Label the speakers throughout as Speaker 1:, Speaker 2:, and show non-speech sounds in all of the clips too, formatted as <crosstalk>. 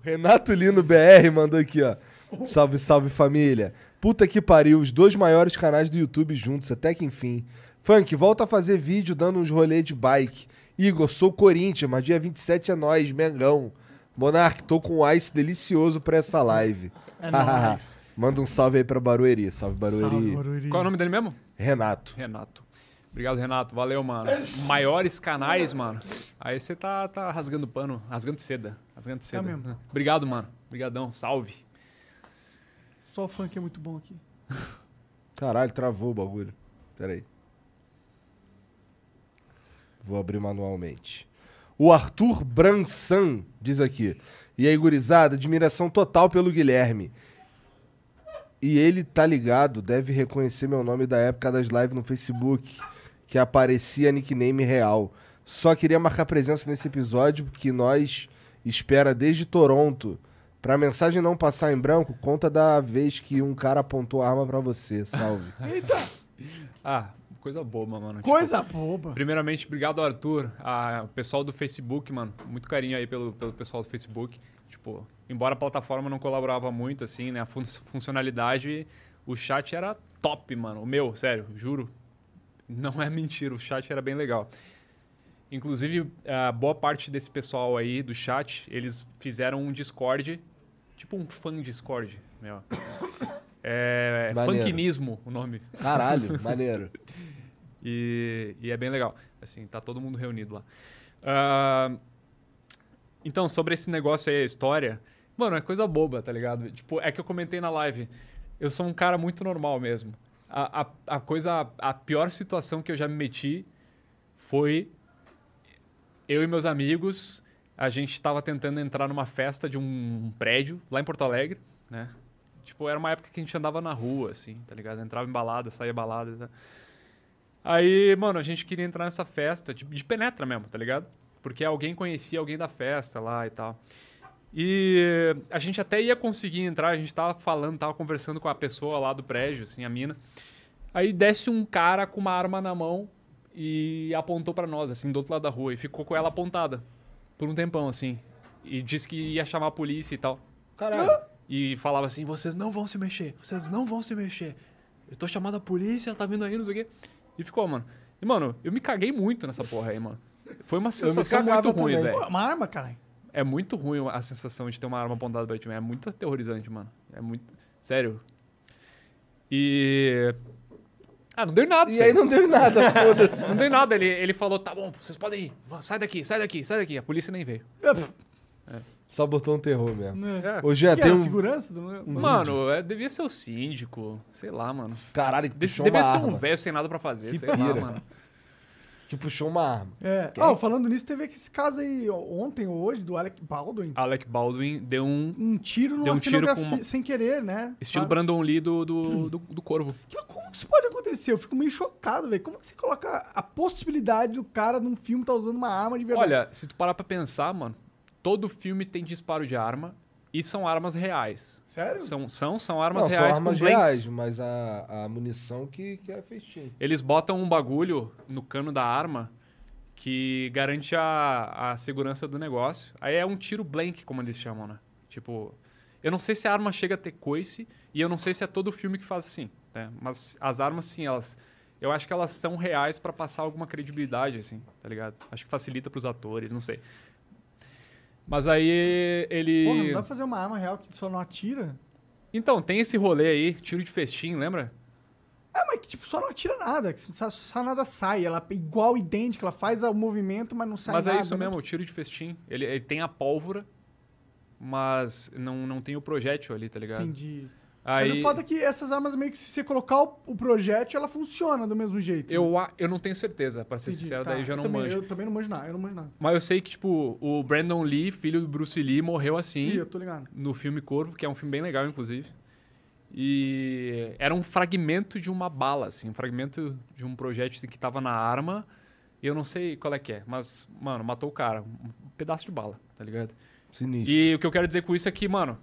Speaker 1: Renato Lino BR mandou aqui, ó. Salve, salve família. Puta que pariu, os dois maiores canais do YouTube juntos, até que enfim. Funk, volta a fazer vídeo dando uns rolês de bike. Igor, sou Corinthians, mas dia 27 é nós, Mengão. Monark, tô com um ice delicioso pra essa live.
Speaker 2: É nóis.
Speaker 1: <laughs> Manda um salve aí pra Barueri. Salve, Barueri.
Speaker 2: Salve, Barueri.
Speaker 3: Qual é o nome dele mesmo?
Speaker 1: Renato.
Speaker 3: Renato. Obrigado, Renato.
Speaker 2: <laughs>
Speaker 3: Valeu, mano. Maiores canais, mano. Aí você tá, tá rasgando pano, rasgando seda. Rasgando seda.
Speaker 2: Tá mesmo.
Speaker 3: Obrigado, mano. Obrigadão. Salve.
Speaker 2: Só o funk é muito bom aqui.
Speaker 1: Caralho, travou o bagulho. Pera aí. Vou abrir manualmente. O Arthur Bransan diz aqui. E aí, gurizada, admiração total pelo Guilherme. E ele tá ligado, deve reconhecer meu nome da época das lives no Facebook, que aparecia nickname real. Só queria marcar presença nesse episódio, porque nós espera desde Toronto. Pra mensagem não passar em branco, conta da vez que um cara apontou a arma pra você.
Speaker 3: <laughs>
Speaker 1: Salve.
Speaker 2: Eita,
Speaker 3: Ah, coisa boba, mano. Tipo,
Speaker 2: coisa boba.
Speaker 3: Primeiramente, obrigado, Arthur. Ah, o pessoal do Facebook, mano. Muito carinho aí pelo, pelo pessoal do Facebook. Tipo, embora a plataforma não colaborava muito, assim, né? A fun- <laughs> funcionalidade, o chat era top, mano. O meu, sério, juro. Não é mentira, o chat era bem legal. Inclusive, a boa parte desse pessoal aí do chat, eles fizeram um Discord, tipo um fã Discord, meu. <coughs> É,
Speaker 1: Maneiro.
Speaker 3: funkinismo o nome.
Speaker 1: Caralho, maneiro.
Speaker 3: E, e é bem legal. Assim, tá todo mundo reunido lá. Ah, então, sobre esse negócio aí, a história. Mano, é coisa boba, tá ligado? Tipo, é que eu comentei na live. Eu sou um cara muito normal mesmo. A, a, a coisa, a pior situação que eu já me meti foi eu e meus amigos, a gente estava tentando entrar numa festa de um prédio lá em Porto Alegre, né? Tipo, era uma época que a gente andava na rua, assim, tá ligado? Entrava em balada, saía balada. Tá? Aí, mano, a gente queria entrar nessa festa, tipo, de penetra mesmo, tá ligado? Porque alguém conhecia alguém da festa lá e tal. E a gente até ia conseguir entrar, a gente tava falando, tava conversando com a pessoa lá do prédio, assim, a mina. Aí desce um cara com uma arma na mão e apontou pra nós, assim, do outro lado da rua. E ficou com ela apontada por um tempão, assim. E disse que ia chamar a polícia e tal.
Speaker 1: Caralho.
Speaker 3: E falava assim: vocês não vão se mexer, vocês não vão se mexer. Eu tô chamando a polícia, ela tá vindo aí, não sei o quê. E ficou, mano. E, mano, eu me caguei muito nessa porra aí, mano. Foi uma sensação muito
Speaker 1: cagava
Speaker 3: ruim,
Speaker 1: também.
Speaker 3: velho.
Speaker 2: Pô, uma arma, caralho.
Speaker 3: É muito ruim a sensação de ter uma arma apontada pra ti, mano. é muito aterrorizante, mano. É muito. Sério. E. Ah, não deu em nada,
Speaker 1: E aí
Speaker 3: sério.
Speaker 1: não deu
Speaker 3: <laughs>
Speaker 1: nada, foda-se.
Speaker 3: Não deu em nada. Ele, ele falou: tá bom, vocês podem ir, Vá, sai daqui, sai daqui, sai daqui. A polícia nem veio.
Speaker 1: Só botou um terror mesmo.
Speaker 2: É.
Speaker 1: Ô, Jean,
Speaker 2: Que
Speaker 1: tem
Speaker 2: era
Speaker 1: um...
Speaker 2: segurança? do-
Speaker 3: Mano, é, devia ser o síndico, sei lá, mano.
Speaker 1: Caralho, que
Speaker 3: De-
Speaker 1: puxou uma
Speaker 3: devia ser
Speaker 1: arma.
Speaker 3: um velho sem nada pra fazer,
Speaker 1: Que
Speaker 3: sei lá,
Speaker 1: pira.
Speaker 3: mano.
Speaker 1: Que puxou uma arma.
Speaker 2: É. Ah, falando nisso, teve esse caso aí ó, ontem ou hoje do Alec Baldwin.
Speaker 3: Alec Baldwin deu um
Speaker 2: Um tiro numa
Speaker 3: Deu um tiro com
Speaker 2: cenografia
Speaker 3: uma-
Speaker 2: sem querer, né?
Speaker 3: estilo
Speaker 2: Sabe?
Speaker 3: Brandon Lee
Speaker 1: <clears throat>
Speaker 3: do, do, do, do Corvo.
Speaker 2: Aquilo, Como que isso pode acontecer? Eu fico meio chocado, velho. Como que você coloca a possibilidade do cara num filme tá usando uma arma de verdade?
Speaker 3: Olha, se tu parar pra pensar, mano, todo filme tem disparo de arma e são armas reais.
Speaker 2: sério?
Speaker 3: São, são, são armas
Speaker 1: É. não,
Speaker 3: reais
Speaker 1: são armas
Speaker 3: com blanks.
Speaker 1: reais, mas a, a munição que, que é festim.
Speaker 3: Eles botam um bagulho no cano da arma que garante a, a segurança do negócio. Aí é um tiro blank, como eles chamam, né? Tipo, eu não sei se a arma chega a ter coice e eu não sei se é todo filme que faz assim, né? Mas as armas, sim, elas... Eu acho que elas são reais pra passar alguma credibilidade, assim, tá ligado? Acho que facilita pros atores, não sei. Mas aí ele...
Speaker 2: Porra, não dá pra fazer uma arma real que só não atira?
Speaker 3: Então, tem esse rolê aí, tiro de festim, lembra?
Speaker 2: É, mas que tipo, só não atira nada, que só, só nada sai. Ela é igual, idêntica, ela faz o movimento, mas não sai
Speaker 3: mas
Speaker 2: nada.
Speaker 3: é isso
Speaker 2: não
Speaker 3: mesmo, o
Speaker 2: precisa-
Speaker 3: tiro de festim. Ele, ele tem a pólvora, mas não, não tem o projétil ali, tá ligado?
Speaker 2: Entendi.
Speaker 3: Aí,
Speaker 2: Mas o foda é que essas armas meio que se você colocar o, o projétil, ela funciona do mesmo jeito. né?
Speaker 3: eu, a- eu não tenho certeza, pra ser
Speaker 2: Entendi,
Speaker 3: sincero,
Speaker 2: tá.
Speaker 3: daí eu já não
Speaker 2: também,
Speaker 3: manjo.
Speaker 2: Eu também não manjo nada, eu não manjo nada.
Speaker 3: Mas eu sei que, tipo, o Brandon Lee, filho do Bruce Lee, morreu assim.
Speaker 2: Ih, eu tô ligado.
Speaker 3: no filme Corvo, que é um filme bem legal, inclusive. E era um fragmento de uma bala, assim, um fragmento de um projétil assim, que tava na arma. Eu não sei qual é que é, mas, mano, matou o cara. Um pedaço de bala, tá ligado?
Speaker 1: Sinistro.
Speaker 3: E o que eu quero dizer com isso é que, mano,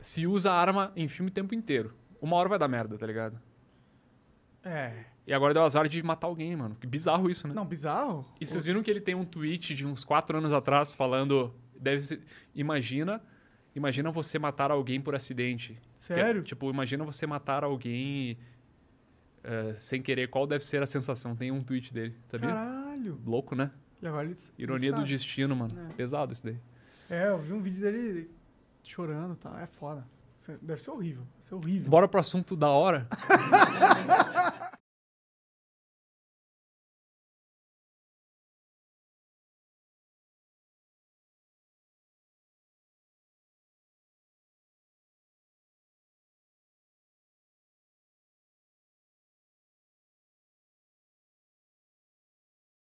Speaker 3: se usa arma em filme o tempo inteiro. Uma hora vai dar merda, tá ligado?
Speaker 2: É.
Speaker 3: E agora deu azar de matar alguém, mano. Que bizarro isso, né?
Speaker 2: Não, bizarro.
Speaker 3: E vocês viram que ele tem um tweet de uns 4 anos atrás falando. Deve ser, imagina, Imagina você matar alguém por acidente.
Speaker 2: Sério?
Speaker 3: Que- tipo, imagina você matar alguém eh, sem querer. Qual deve ser a sensação? Tem um tweet dele, sabia?
Speaker 2: Caralho.
Speaker 3: Louco, né?
Speaker 2: E agora ele. s- ele
Speaker 3: Ironia do
Speaker 2: sabe.
Speaker 3: destino, mano.
Speaker 2: É.
Speaker 3: Pesado isso daí.
Speaker 2: É, eu vi um vídeo dele chorando e tal. É foda. Isso é- Deve ser horrível. Deve ser horrível.
Speaker 3: Bora pro assunto da hora.